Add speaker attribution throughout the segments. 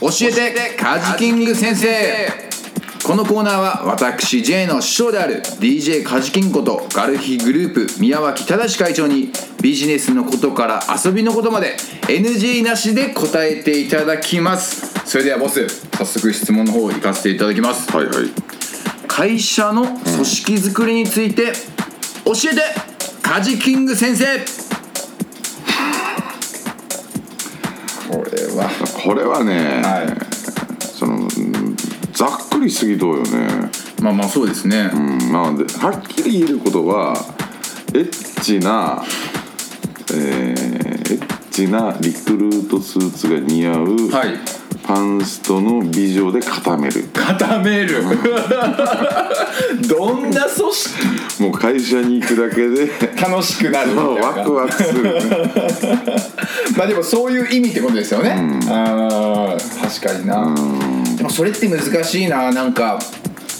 Speaker 1: 教えてカジキング先生このコーナーは私 J の師匠である DJ カジキンことガルヒグループ宮脇忠会長にビジネスのことから遊びのことまで NG なしで答えていただきますそれではボス早速質問の方行かせていただきます
Speaker 2: はいはい
Speaker 1: 会社の組織づくりについて教えてカジキング先生これは
Speaker 2: これはね、
Speaker 1: はい
Speaker 2: そのうんざっくりすぎとうよね、
Speaker 1: まあまあそうですね、
Speaker 2: うん、なのではっきり言えることはエッチなえーエッチなリクルートスーツが似合う、
Speaker 1: はい
Speaker 2: パンストの美女で固める
Speaker 1: 固めるどんな組織
Speaker 2: もう会社に行くだ けで
Speaker 1: 楽しくなるみたいな
Speaker 2: ワクワクする
Speaker 1: まあでもそういう意味ってことですよね、あー確かにな、でもそれって難しいななんか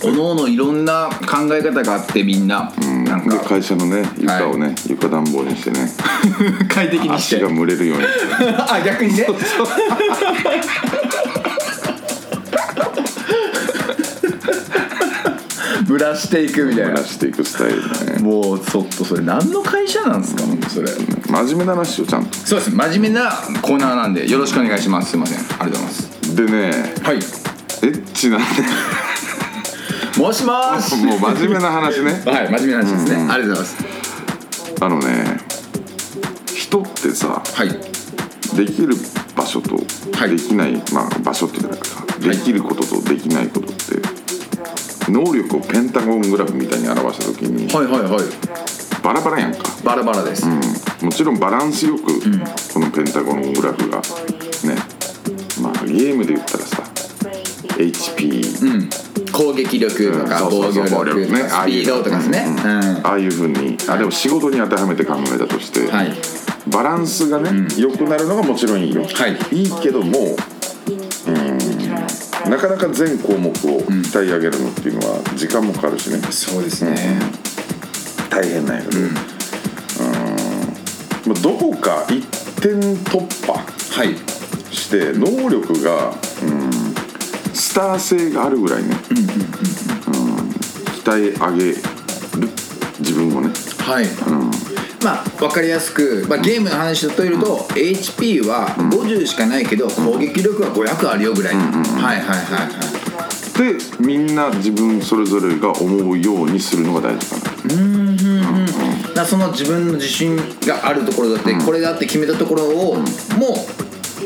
Speaker 1: 各々いろんな考え方があってみんな、なん
Speaker 2: で
Speaker 1: か
Speaker 2: 会社のね床をね、床暖房にしてね
Speaker 1: 快適にし
Speaker 2: 足
Speaker 1: て
Speaker 2: が蒸れるように
Speaker 1: あ逆にねぶらしていくみたい
Speaker 2: 出
Speaker 1: な
Speaker 2: していくスタイルだね
Speaker 1: もうちょっとそれ何の会社なんですかそれ
Speaker 2: 真面目な話をちゃんと
Speaker 1: そうです真面目なコーナーなんでよろしくお願いしますすいませんありがとうございます
Speaker 2: でね
Speaker 1: はい
Speaker 2: エッチなね
Speaker 1: もしもーし
Speaker 2: もう真面目な話ね
Speaker 1: はい真面目な話ですね、ありがとうございま
Speaker 2: あのね人ってさ
Speaker 1: すはい
Speaker 2: できる場所と
Speaker 1: はい
Speaker 2: できない、まあ場所ってなんかさできることとできないことって能力をペンタゴングラフみたいに表した時に
Speaker 1: はいはいはい
Speaker 2: バラバラやんか
Speaker 1: バラバラです、
Speaker 2: うんもちろんバランスよくこのペンタゴングラフがねまあゲームで言ったらさ HP、
Speaker 1: 攻撃力とか
Speaker 2: うん
Speaker 1: 防御力と
Speaker 2: そうそうそう
Speaker 1: か
Speaker 2: 暴力ね
Speaker 1: スピードとかですね
Speaker 2: ああいうふうにあれを仕事に当てはめて考えたとして、
Speaker 1: はい
Speaker 2: バランスがね良、くなるのがもちろんいいよ、
Speaker 1: はい
Speaker 2: いいけどもうんなかなか全項目を鍛え上げるのっていうのは時間もかかるしね、
Speaker 1: そうですね
Speaker 2: 大変なんやけど、うんまあどこか一点突破
Speaker 1: はい
Speaker 2: して能力が、うん、スター性があるぐらいね、うん鍛え上げる自分をね
Speaker 1: はい、まあ分かりやすく、まあ、ゲームの話で例えると、HP は50しかないけど攻撃力は500あるよぐらい、はいはいはいはい
Speaker 2: でみんな自分それぞれが思うようにするのが大事かな
Speaker 1: だからその自分の自信があるところだって、これだって決めたところを、もう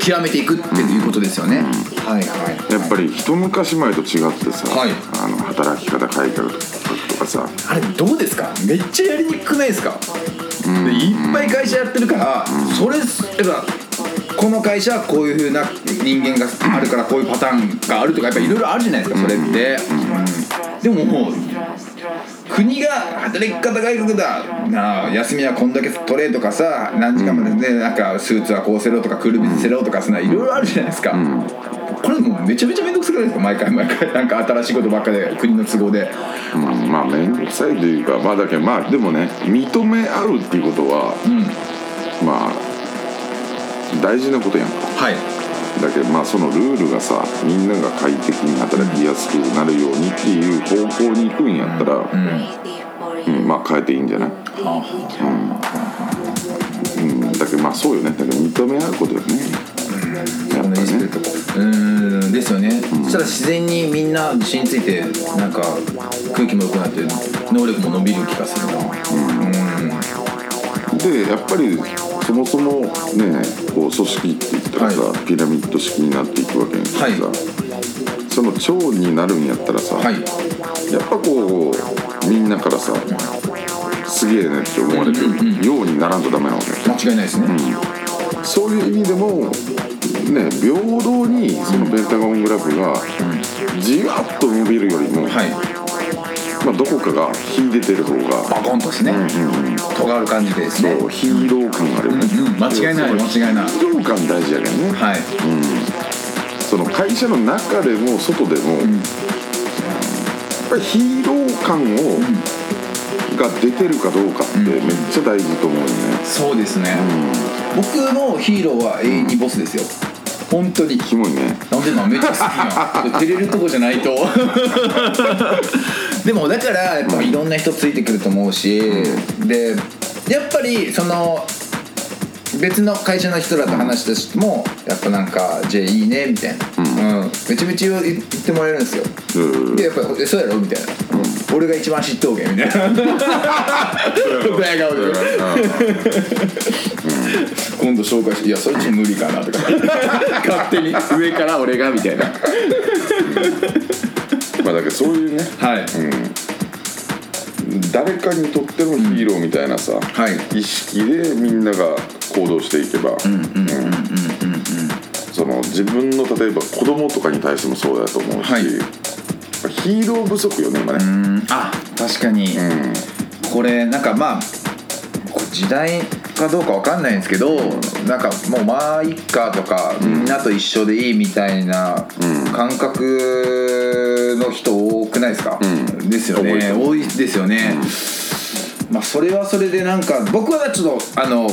Speaker 1: 極めていくっていうことですよね、はいはい
Speaker 2: やっぱり一昔前と違ってさ、
Speaker 1: はい
Speaker 2: あの働き方改革とかさ
Speaker 1: あれどうですかめっちゃやりにくくないですか、でいっぱい会社やってるから、それやっぱこの会社はこういうふうな人間があるからこういうパターンがあるとかやっぱいろいろあるじゃないですかそれって、でももう国が働き方改革だなあ休みはこんだけ取れとかさ何時間までね、なんかスーツはこうせろとかクールビズせろとかさいろいろあるじゃないですか、これもうめちゃめちゃ面倒くさくないですか毎回毎回 なんか新しいことばっかで国の都合で
Speaker 2: まあまあ面倒くさいというかまあだけどまあでもね認め合うっていうことは、まあ大事なことやんか
Speaker 1: はい
Speaker 2: だけどまあそのルールがさみんなが快適に働きやすくなるようにっていう方向に行くんやったら、うんまあ変えていいんじゃない、うん、だけどまあそうよねだけど認め合うことよねやっぱりね
Speaker 1: うーんですよね、そしたら自然にみんな自信ついてなんか空気も良くなって能力も伸びる気がするな
Speaker 2: でやっぱりそもそもねこう組織って言ったらさ、
Speaker 1: は
Speaker 2: ピラミッド式になっていくわけやんからさ、
Speaker 1: は
Speaker 2: その長になるんやったらさ、
Speaker 1: はい
Speaker 2: やっぱこうみんなからさすげえねって思われるようにならんとダメなわけ、
Speaker 1: 間違いないですね、
Speaker 2: そういう意味でもね平等にそのペンタゴングラフがじわっと伸びるよりも、
Speaker 1: はい
Speaker 2: まあ、どこかが秀でてる方が
Speaker 1: バコンとですね、尖る感じでですね
Speaker 2: そうヒーロー感があるよね、
Speaker 1: うん間違いない間違いない
Speaker 2: ヒーロー感大事やけどね、
Speaker 1: はい
Speaker 2: その会社の中でも外でも、やっぱりヒーロー感を、が出てるかどうかってめっちゃ大事と思うよね、
Speaker 1: そうですね、僕のヒーローは永遠にボスですよ本当に
Speaker 2: キモいね
Speaker 1: なんでなんめっちゃ好きなの照れるとこじゃないと でもだからやっぱいろんな人ついてくると思うし、でやっぱりその別の会社の人らと話した人もやっぱなんか「じゃあいいね」みたいな、うんめちゃめちゃ言ってもらえるんですよ
Speaker 2: うん
Speaker 1: でやっぱ「えそうやろ?」みたいな、俺が一番知っとうけ」みたいな 大顔で今度紹介して「いやそれちょっと無理かな」とか 勝手に上から俺がみたいな
Speaker 2: まあだけどそういうね
Speaker 1: はい、
Speaker 2: 誰かにとってのヒーローみたいなさ、
Speaker 1: い
Speaker 2: 意識でみんなが行動していけばうんその自分の例えば子供とかに対してもそうだと思うし、
Speaker 1: はい
Speaker 2: ヒーロー不足よね今ね、
Speaker 1: あ確かに、これなんかまあこう時代かどうかわかんないんですけど、なんかもうまあいっかとか、みんなと一緒でいいみたいな感覚の人多くないですか、
Speaker 2: ん
Speaker 1: ですよ
Speaker 2: 多い
Speaker 1: ね
Speaker 2: と
Speaker 1: 多いですよね、まあそれはそれでなんか僕はちょっとあの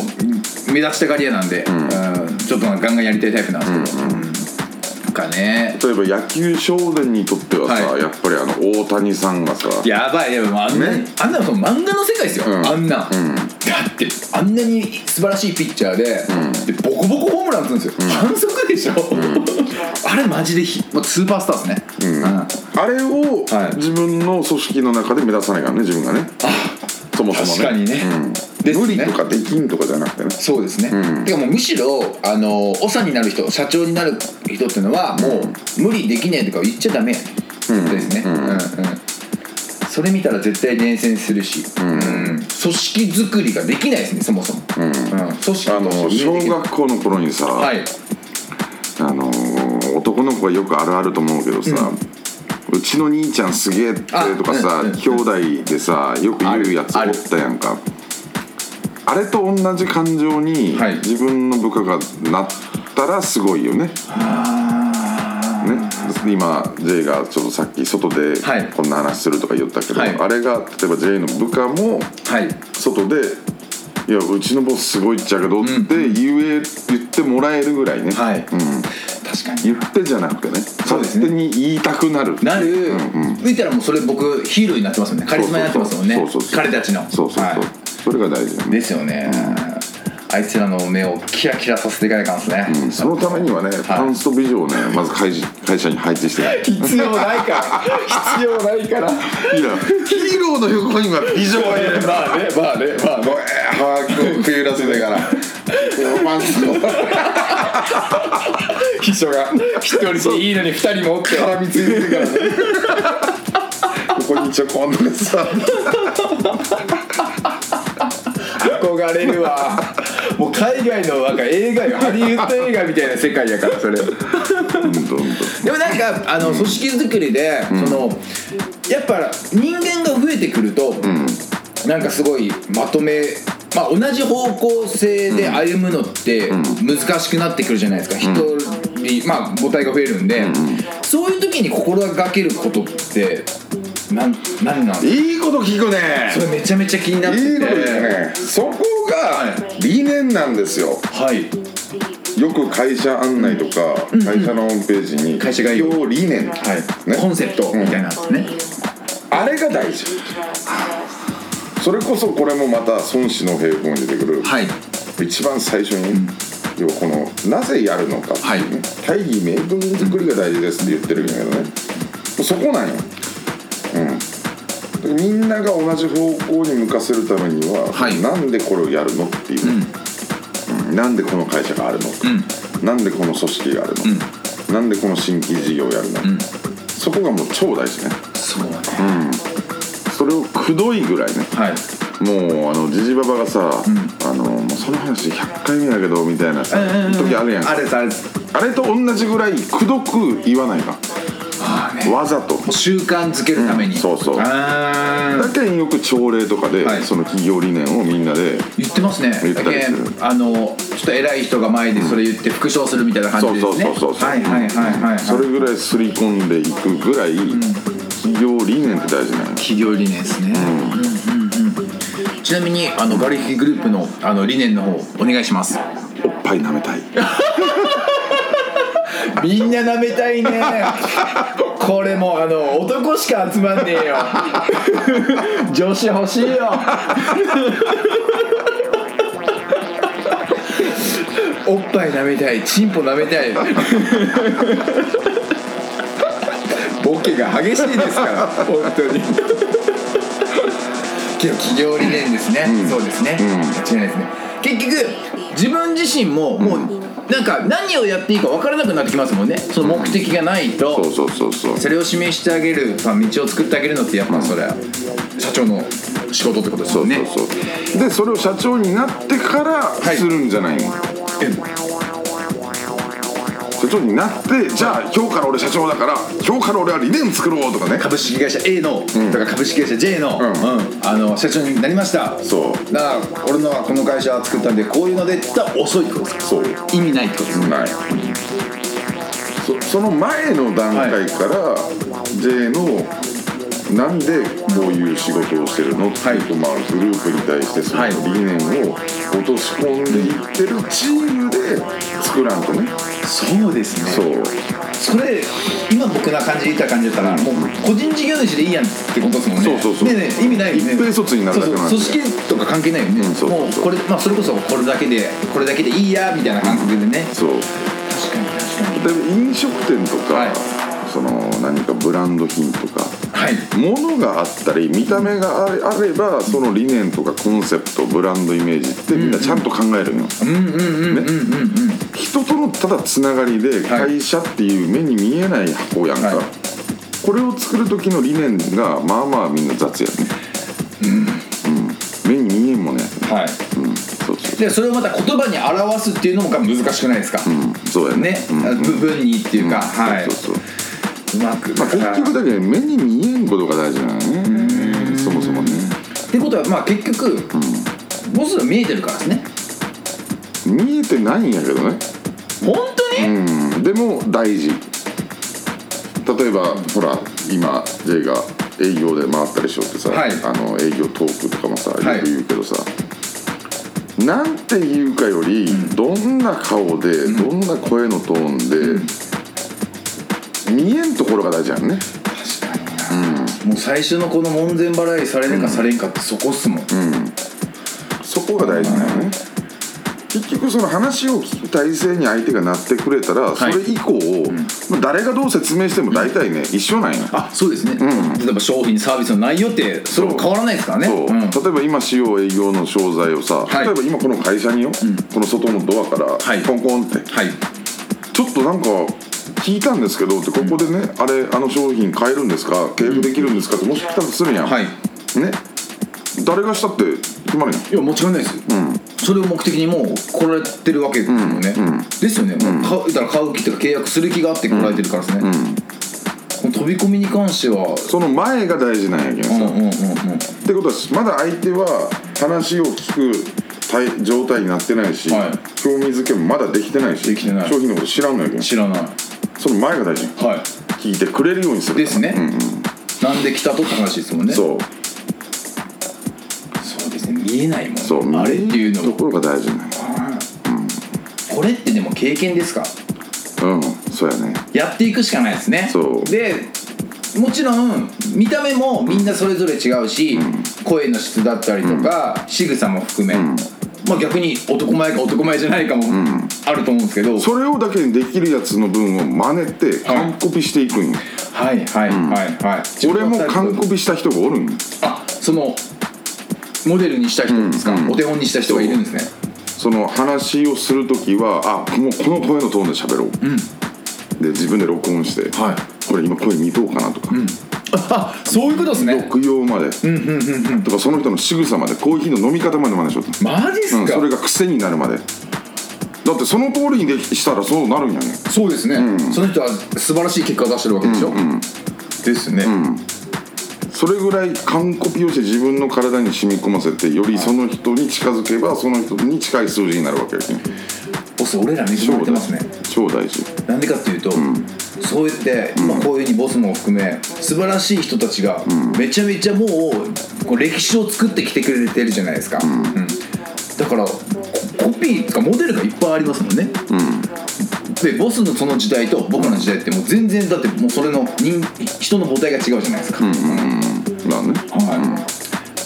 Speaker 1: 目指したがり屋なんで、うんちょっとガンガンやりたいタイプなんですけど、うんなんかね
Speaker 2: 例えば野球少年にとってはさ、
Speaker 1: はい
Speaker 2: やっぱりあの大谷さんがさ
Speaker 1: やばいやばいもうあんな、
Speaker 2: ね
Speaker 1: あんなのその漫画の世界ですよ、
Speaker 2: うん
Speaker 1: あんな、だ
Speaker 2: ん
Speaker 1: ってあんなに素晴らしいピッチャーで,、でボコボコホームラン打つんですよ、反則でしょ、あれマジでひもうスーパースターですね、うん
Speaker 2: あれを
Speaker 1: はい
Speaker 2: 自分の組織の中で目指さないからね自分がねそもそもね
Speaker 1: 確かにね
Speaker 2: うん
Speaker 1: ですね
Speaker 2: 無理とかできんとかじゃなくてね
Speaker 1: そうですね、
Speaker 2: うん
Speaker 1: てかもうむしろあの長になる人社長になる人っていうのはもう無理できないとか言っちゃダメやね、
Speaker 2: ん
Speaker 1: ですね、うんうんそれ見たら絶対伝染するし、うん組織作りができないですねそもそも、うん組織
Speaker 2: あの小学校の頃にさ、
Speaker 1: はい
Speaker 2: あのー男の子がよくあるあると思うけどさ、うちの兄ちゃんすげえってとか
Speaker 1: あ
Speaker 2: さ、
Speaker 1: うんうん
Speaker 2: 兄弟でさよく言うやつお
Speaker 1: ある
Speaker 2: ったやんかあれと同じ感情に
Speaker 1: はい
Speaker 2: 自分の部下がなったらすごいよね,、ね今 J がちょっとさっき外で
Speaker 1: はい
Speaker 2: こんな話するとか言ったけど、
Speaker 1: はい
Speaker 2: あれが例えば J の部下も
Speaker 1: はい
Speaker 2: 外で「いやうちのボスすごいっちゃけど」って言え、言ってもらえるぐらいね、
Speaker 1: はい
Speaker 2: うん、
Speaker 1: 確かに
Speaker 2: 言ってじゃなくてね
Speaker 1: う
Speaker 2: 勝
Speaker 1: ですね
Speaker 2: 手に言いたくなる
Speaker 1: なる、
Speaker 2: うんうん
Speaker 1: 見たらもうそれ僕ヒーローになってますもんねカリスマになってますもんね
Speaker 2: そうそうそう
Speaker 1: 彼たちの
Speaker 2: そうそうそう、
Speaker 1: は
Speaker 2: それが大事だ
Speaker 1: い
Speaker 2: ね
Speaker 1: ですよね、あいつらの目をキラキラさせていかないかんですね、
Speaker 2: うんそのためにはね、パンスト美女をねまず会社会社に配置してないい
Speaker 1: 必要ないから必要ないから
Speaker 2: やヒーローの横には美女はいる
Speaker 1: まあねまあねまあね
Speaker 2: ごめん把握をくゆらせてからパンスト
Speaker 1: 秘書が一人でいいのに二人もおって
Speaker 2: 絡みついてるからねここにちょこんとさ
Speaker 1: 憧れるわ もう海外のなんか映画よハリウッド映画みたいな世界やからそれ
Speaker 2: うんとうんと
Speaker 1: でもなんかあの組織作りで、そのやっぱ人間が増えてくると、なんかすごいまとめ、まあ、同じ方向性で歩むのって難しくなってくるじゃないですか一人、まあ母体が増えるんで、そういう時に心がけることってなんなんなん
Speaker 2: いいこと聞くね
Speaker 1: それめちゃめちゃ気になってて
Speaker 2: いいことですねそこが理念なんですよ
Speaker 1: はい
Speaker 2: よく会社案内とか、会社のホームページに
Speaker 1: 会社概要
Speaker 2: 企業理念、
Speaker 1: はい、
Speaker 2: ね
Speaker 1: コンセプトみたいなですね、
Speaker 2: あれが大事それこそこれもまた孫子の平行に出てくる、
Speaker 1: はい
Speaker 2: 一番最初に、要はこのなぜやるのかっていうね、大義名分作りが大事ですって言ってるんだけどね、そこなんよ、うん、みんなが同じ方向に向かせるためには、
Speaker 1: はい
Speaker 2: なんでこれをやるのっていう、うんなんでこの会社があるのか、なんでこの組織があるのか、なんでこの新規事業をやるのか、そこがもう超大事ね
Speaker 1: そうね、
Speaker 2: それをくどいぐらいね
Speaker 1: はい
Speaker 2: もうあのジジババがさ、あのもうその話100回目だけどみたいなさ、時あるやん
Speaker 1: あれですあれです
Speaker 2: あれと同じぐらいくどく言わないか
Speaker 1: ああね
Speaker 2: わざと
Speaker 1: 習慣づけるために、
Speaker 2: うんそうそう
Speaker 1: あ
Speaker 2: だ
Speaker 1: ー
Speaker 2: けによく朝礼とかで、
Speaker 1: はい
Speaker 2: その企業理念をみんなで
Speaker 1: 言ってますね
Speaker 2: 言ったりする
Speaker 1: だけあのちょっと偉い人が前でそれ言って復唱するみたいな感じですね
Speaker 2: そうそうそうそう
Speaker 1: はいはいはいはい、はい、
Speaker 2: それぐらいすり込んでいくぐらい、企業理念って大事なのよ
Speaker 1: 企業理念ですね、うんうんうん、ちなみにあのガリキグループのあの理念の方お願いします
Speaker 2: おっぱい舐めたい
Speaker 1: みんな舐めたいね これもうあの男しか集まんねえ よ女子欲しいよおっぱい舐めたいチンポ舐めたいボケが激しいですから本当にけど企業理念ですね、そうですね、間違いないですね結局自分自身ももう、なんか何をやっていいか分からなくなってきますもんねその目的がないと、
Speaker 2: そうそうそうそう
Speaker 1: それを示してあげる、まあ、道を作ってあげるのってやっぱそれは社長の仕事ってことです
Speaker 2: そ
Speaker 1: よ
Speaker 2: う
Speaker 1: ね
Speaker 2: そうそうでそれを社長になってから
Speaker 1: い
Speaker 2: するんじゃないの、社長になってじゃあ今日から俺社長だから今日から俺は理念作ろうとかね
Speaker 1: 株式会社 A の、とか株式会社 J の,、うん
Speaker 2: ん
Speaker 1: あの社長になりました
Speaker 2: そう
Speaker 1: だから俺のはこの会社作ったんでこういうのでって言ったら遅いってことです
Speaker 2: そう
Speaker 1: 意味ないってことです
Speaker 2: ないそその前の段階から J のなんでこういう仕事をしてるのっていうと、まあ、グループに対してその
Speaker 1: はい
Speaker 2: 理念を落とし込んでいってるチームで作らんとね
Speaker 1: そうですね
Speaker 2: そう
Speaker 1: それ今僕な感じで言った感じだったらもう個人事業主でいいやんってことですもんね
Speaker 2: そうそうそう
Speaker 1: ねえねえ意味ないよね
Speaker 2: 一平卒になるだけなんで
Speaker 1: そうそう組織とか関係ないよね、
Speaker 2: うんそう
Speaker 1: もうこれ、まあ、それこそこれだけでこれだけでいいやみたいな感覚でね、
Speaker 2: そう
Speaker 1: 確かに確かに
Speaker 2: 例えば飲食店とか、
Speaker 1: はい
Speaker 2: その何かブランド品とか
Speaker 1: はい
Speaker 2: 物があったり見た目があれあればその理念とかコンセプトブランドイメージってみんなちゃんと考えるのよ、ね人とのただつながりで
Speaker 1: はい
Speaker 2: 会社っていう目に見えない箱やんか、
Speaker 1: はい
Speaker 2: これを作る時の理念がまあまあみんな雑やね、うん目に見えんもんね、
Speaker 1: はい
Speaker 2: うん、そうそ
Speaker 1: でそれをまた言葉に表すっていうのもが難しくないですか、
Speaker 2: う、うん、そうやね
Speaker 1: ね、
Speaker 2: うん
Speaker 1: あの部分にっていうか、はい
Speaker 2: そうそうそう
Speaker 1: うまく
Speaker 2: まあ、結局だけど目に見えんことが大事なのねそもそもね
Speaker 1: ってことはまあ結局、ボスが見えてるからですね
Speaker 2: 見えてないんやけどね
Speaker 1: 本当に、
Speaker 2: うんでも大事例えばほら今 J が営業で回ったりしようってさ、
Speaker 1: はい
Speaker 2: あの営業トークとかもさよく
Speaker 1: はい
Speaker 2: 言うけどさ、なんて言うかより、どんな顔で、どんな声のトーンで、見えんところが大事やんね
Speaker 1: 確かにな、もう最初のこの門前払いされるかされんかってそこっすもん、
Speaker 2: そこが大事なのね結局その話を聞く体制に相手がなってくれたら、それ以降、まあ誰がどう説明しても大体ね、一緒なんよ
Speaker 1: あそうですね、
Speaker 2: ん
Speaker 1: 例えば商品サービスの内容ってそれも変わらないですからね
Speaker 2: そう、
Speaker 1: ん
Speaker 2: 例えば今使用営業の商材をさ、
Speaker 1: はい
Speaker 2: 例えば今この会社によ、この外のドアから
Speaker 1: はい
Speaker 2: コンコンって、
Speaker 1: はい
Speaker 2: ちょっとなんか聞いたんですけどってここでね、あれあの商品買えるんですか契約できるんですかってもし来たとするやん、
Speaker 1: はい
Speaker 2: ね誰がしたって決まるやん
Speaker 1: いや間違いないですよ、それを目的にもう来られてるわけですもんね、ですよね、もう買うだから買う気とか契約する気があって来られてるからですね、この飛び込みに関しては
Speaker 2: その前が大事なんやけどさ、
Speaker 1: うんうんうんうん
Speaker 2: ってことはまだ相手は話を聞く体状態になってないし、
Speaker 1: はい
Speaker 2: 興味づけもまだできてないし
Speaker 1: できてない
Speaker 2: 商品のこと知らんのやけど
Speaker 1: 知らない
Speaker 2: その前が大事
Speaker 1: は
Speaker 2: 聞いてくれるようにす
Speaker 1: い
Speaker 2: る
Speaker 1: ですね、なんで来たとって話ですもんね
Speaker 2: そう
Speaker 1: そうですね見えないもん
Speaker 2: そう
Speaker 1: あれっていう
Speaker 2: 見える
Speaker 1: の
Speaker 2: ところが大事な
Speaker 1: これってでも経験ですか
Speaker 2: のうんそうやね
Speaker 1: やっていくしかないですね
Speaker 2: そう
Speaker 1: でもちろん見た目もみんなそれぞれ違うし、声の質だったりとか、仕草も含め、まあ、逆に男前か男前じゃないかもあると思うんですけど、
Speaker 2: それをだけにできるやつの分を真似て完コピしていくんよ、
Speaker 1: はいはいはいはい、
Speaker 2: 俺も完コピした人がおるんよ
Speaker 1: あそのモデルにした人ですか、お手本にした人がいるんですね
Speaker 2: その話をする時はあもうこの声のトーンで喋ろう、で自分で録音して、
Speaker 1: はい
Speaker 2: これ今声似とうかなとか、
Speaker 1: あそういうことですね
Speaker 2: 抑揚まで、とかその人の仕草までコーヒーの飲み方まで真似しようと、
Speaker 1: マジっす
Speaker 2: うん、
Speaker 1: か、
Speaker 2: それが癖になるまでだってその通りにできしたらそうなるんやね
Speaker 1: そうですね、その人は素晴らしい結果を出してるわけでしょ、ですね、
Speaker 2: それぐらい完コピをして自分の体に染み込ませてよりその人に近づけばその人に近い数字になるわけですね
Speaker 1: ボス俺ら恵まれてますね
Speaker 2: 超大事
Speaker 1: なんでかっていうと、そうやって今こういうふうにボスも含め素晴らしい人たちがめちゃめちゃもうこう歴史を作ってきてくれてるじゃないですか、うんだからココピーとかモデルがいっぱいありますもんね、でボスのその時代と僕の時代ってもう全然だってもうそれの人人の母体が違うじゃないですか、
Speaker 2: まあね
Speaker 1: は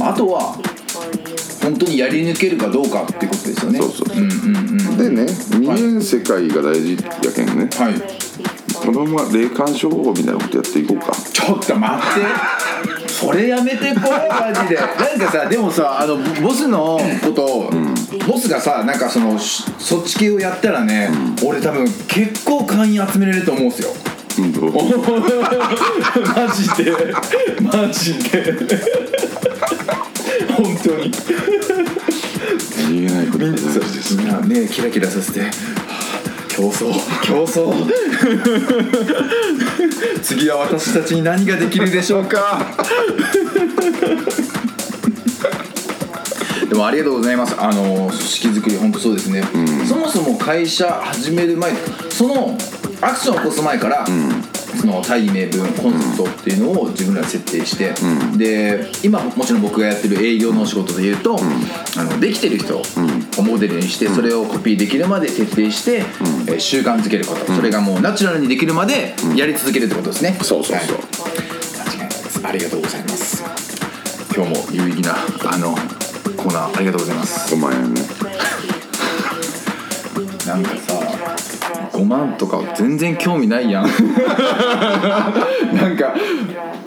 Speaker 1: い、あとは本当にやり抜けるかどうかっていうことですよね
Speaker 2: そうそうそうでね見えん世界が大事やけんね
Speaker 1: はい
Speaker 2: このまま霊感商法みたいなことやっていこうか
Speaker 1: ちょっと待ってそれやめてこいマジ でなんかさでもさあのボスのことを、ボスがさなんかそのしそっち系をやったらね、俺多分結構会員集めれると思うん すよ
Speaker 2: うんと
Speaker 1: マジで マジで本当に
Speaker 2: 言えないことじゃない
Speaker 1: みんな目キラキラさせてはあ競争競争 次は私たちに何ができるでしょうかでもありがとうございますあの組織づくり本当そうですね、そもそも会社始める前そのアクションを起こす前から、その大義名分コンセプトっていうのを自分らで設定して、で今もちろん僕がやってる営業のお仕事でいうと、あのできてる人をモデルにしてそれをコピーできるまで設定して、えー習慣づけること、それがもうナチュラルにできるまでやり続けるってことですね、
Speaker 2: そうそうそう
Speaker 1: はい間違いないですありがとうございます今日も有意義なあのコーナーありがとうございます
Speaker 2: お前ね
Speaker 1: なんかさ5万とか全然興味ないやんなんか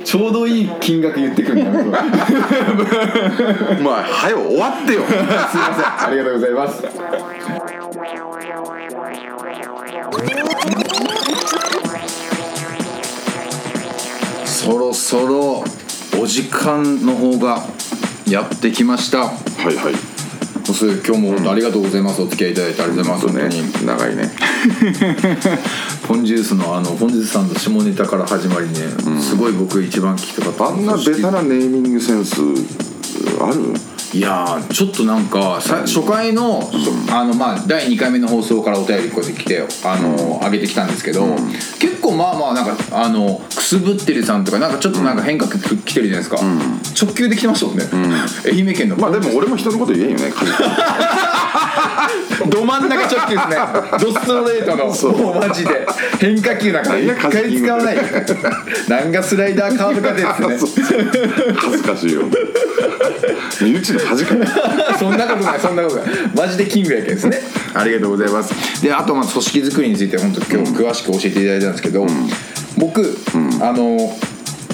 Speaker 1: ちょうどいい金額言ってくるんだけどすいま
Speaker 2: お前早う終わってよ
Speaker 1: せんありがとうございますそろそろお時間の方がやってきました
Speaker 2: はいはい
Speaker 1: ホス今日も本当ありがとうございます、お付き合いいただいてありがとうございます、本当に
Speaker 2: ね長いね
Speaker 1: ポンジュースのあのポンジュースさんの下ネタから始まりね、すごい僕一番聞きたかった
Speaker 2: あんなベタなネーミングセンスある
Speaker 1: いやーちょっとなんかさ初回の,、あのまあ、第2回目の放送からお便りこうやって来てあの、上げてきたんですけど、結構まあまあなんかあのくすぶってるさんとかなんかちょっとなんか変化き来てるじゃないですか、直球で来てましたもんね、愛媛県の
Speaker 2: まあでも俺も人のこと言えんよね
Speaker 1: ど真ん中直球 ですねドストレートのもうマジで変化球なんか一回使 わない何がスライダーカーブか ですね
Speaker 2: 恥ずかしいよ 身内で恥かい
Speaker 1: そんなことないそんなことないマジでキングやけんですねありがとうございますであとまあ組織づくりについて本当今日詳しく教えていただいたんですけど、僕、あの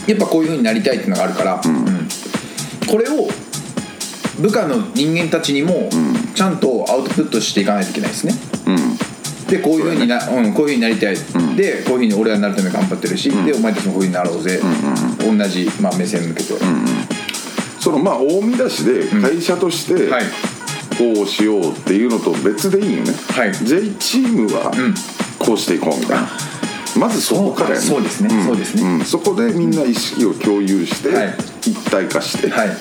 Speaker 1: やっぱこういう風になりたいっていうのがあるから、うんこれを部下の人間たちにもちゃんとアウトプットしていかないといけないですね、でこういうふうになう、ん、こういうふうになりたい、でこういうふうに俺らになるために頑張ってるし、でお前たちもこういうふうになろうぜ、同じ、まあ、目線向けて、
Speaker 2: そのまあ大見出しで会社として
Speaker 1: はい
Speaker 2: こうしようっていうのと別でいいよね、
Speaker 1: はい
Speaker 2: J チームは
Speaker 1: ん
Speaker 2: こうしていこうみたいな、まずそこからやね
Speaker 1: そうですね、そうですね、
Speaker 2: うん、そこでみんな意識を共有して
Speaker 1: はい
Speaker 2: 一体化して、
Speaker 1: はい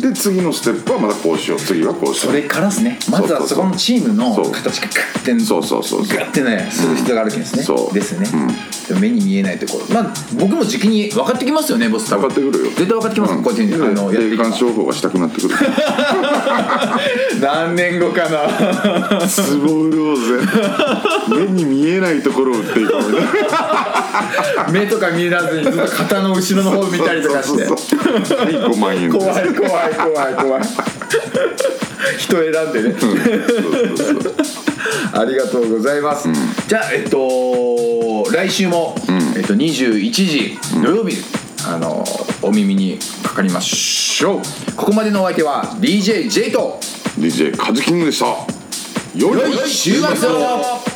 Speaker 2: で次のステップはまたこうしよう次はこうしよ
Speaker 1: そうれからですねまずは
Speaker 2: そうそうそ
Speaker 1: そうこのチームの
Speaker 2: そう
Speaker 1: 形がガッて
Speaker 2: そうそうそうそう
Speaker 1: ガッてねする必要があるわけですね、
Speaker 2: うんそう
Speaker 1: ですね、でも目に見えないところまあ僕も時期に分かってきますよねボス多分
Speaker 2: 分かってくるよ
Speaker 1: 絶対分かってきます、
Speaker 2: うん
Speaker 1: こうやってあのやって
Speaker 2: 霊
Speaker 1: いきま
Speaker 2: 感
Speaker 1: す
Speaker 2: 商法がしたくなってくる
Speaker 1: 何年後か な
Speaker 2: つぼ売ろうぜ目に見えないところを売っていこうみたいな
Speaker 1: 目とか見らずにずっと肩の後ろの方見たりとかして
Speaker 2: そうそうそうはい5万円です
Speaker 1: 怖い怖い怖い怖い人選んでね、
Speaker 2: そうそうそう
Speaker 1: ありがとうございます、じゃあえっと来週も、えっと、21時土曜日、あのお耳にかかりましょうここまでのお相手は DJJ と
Speaker 2: DJ カジキングでしたよ
Speaker 1: 良い週末を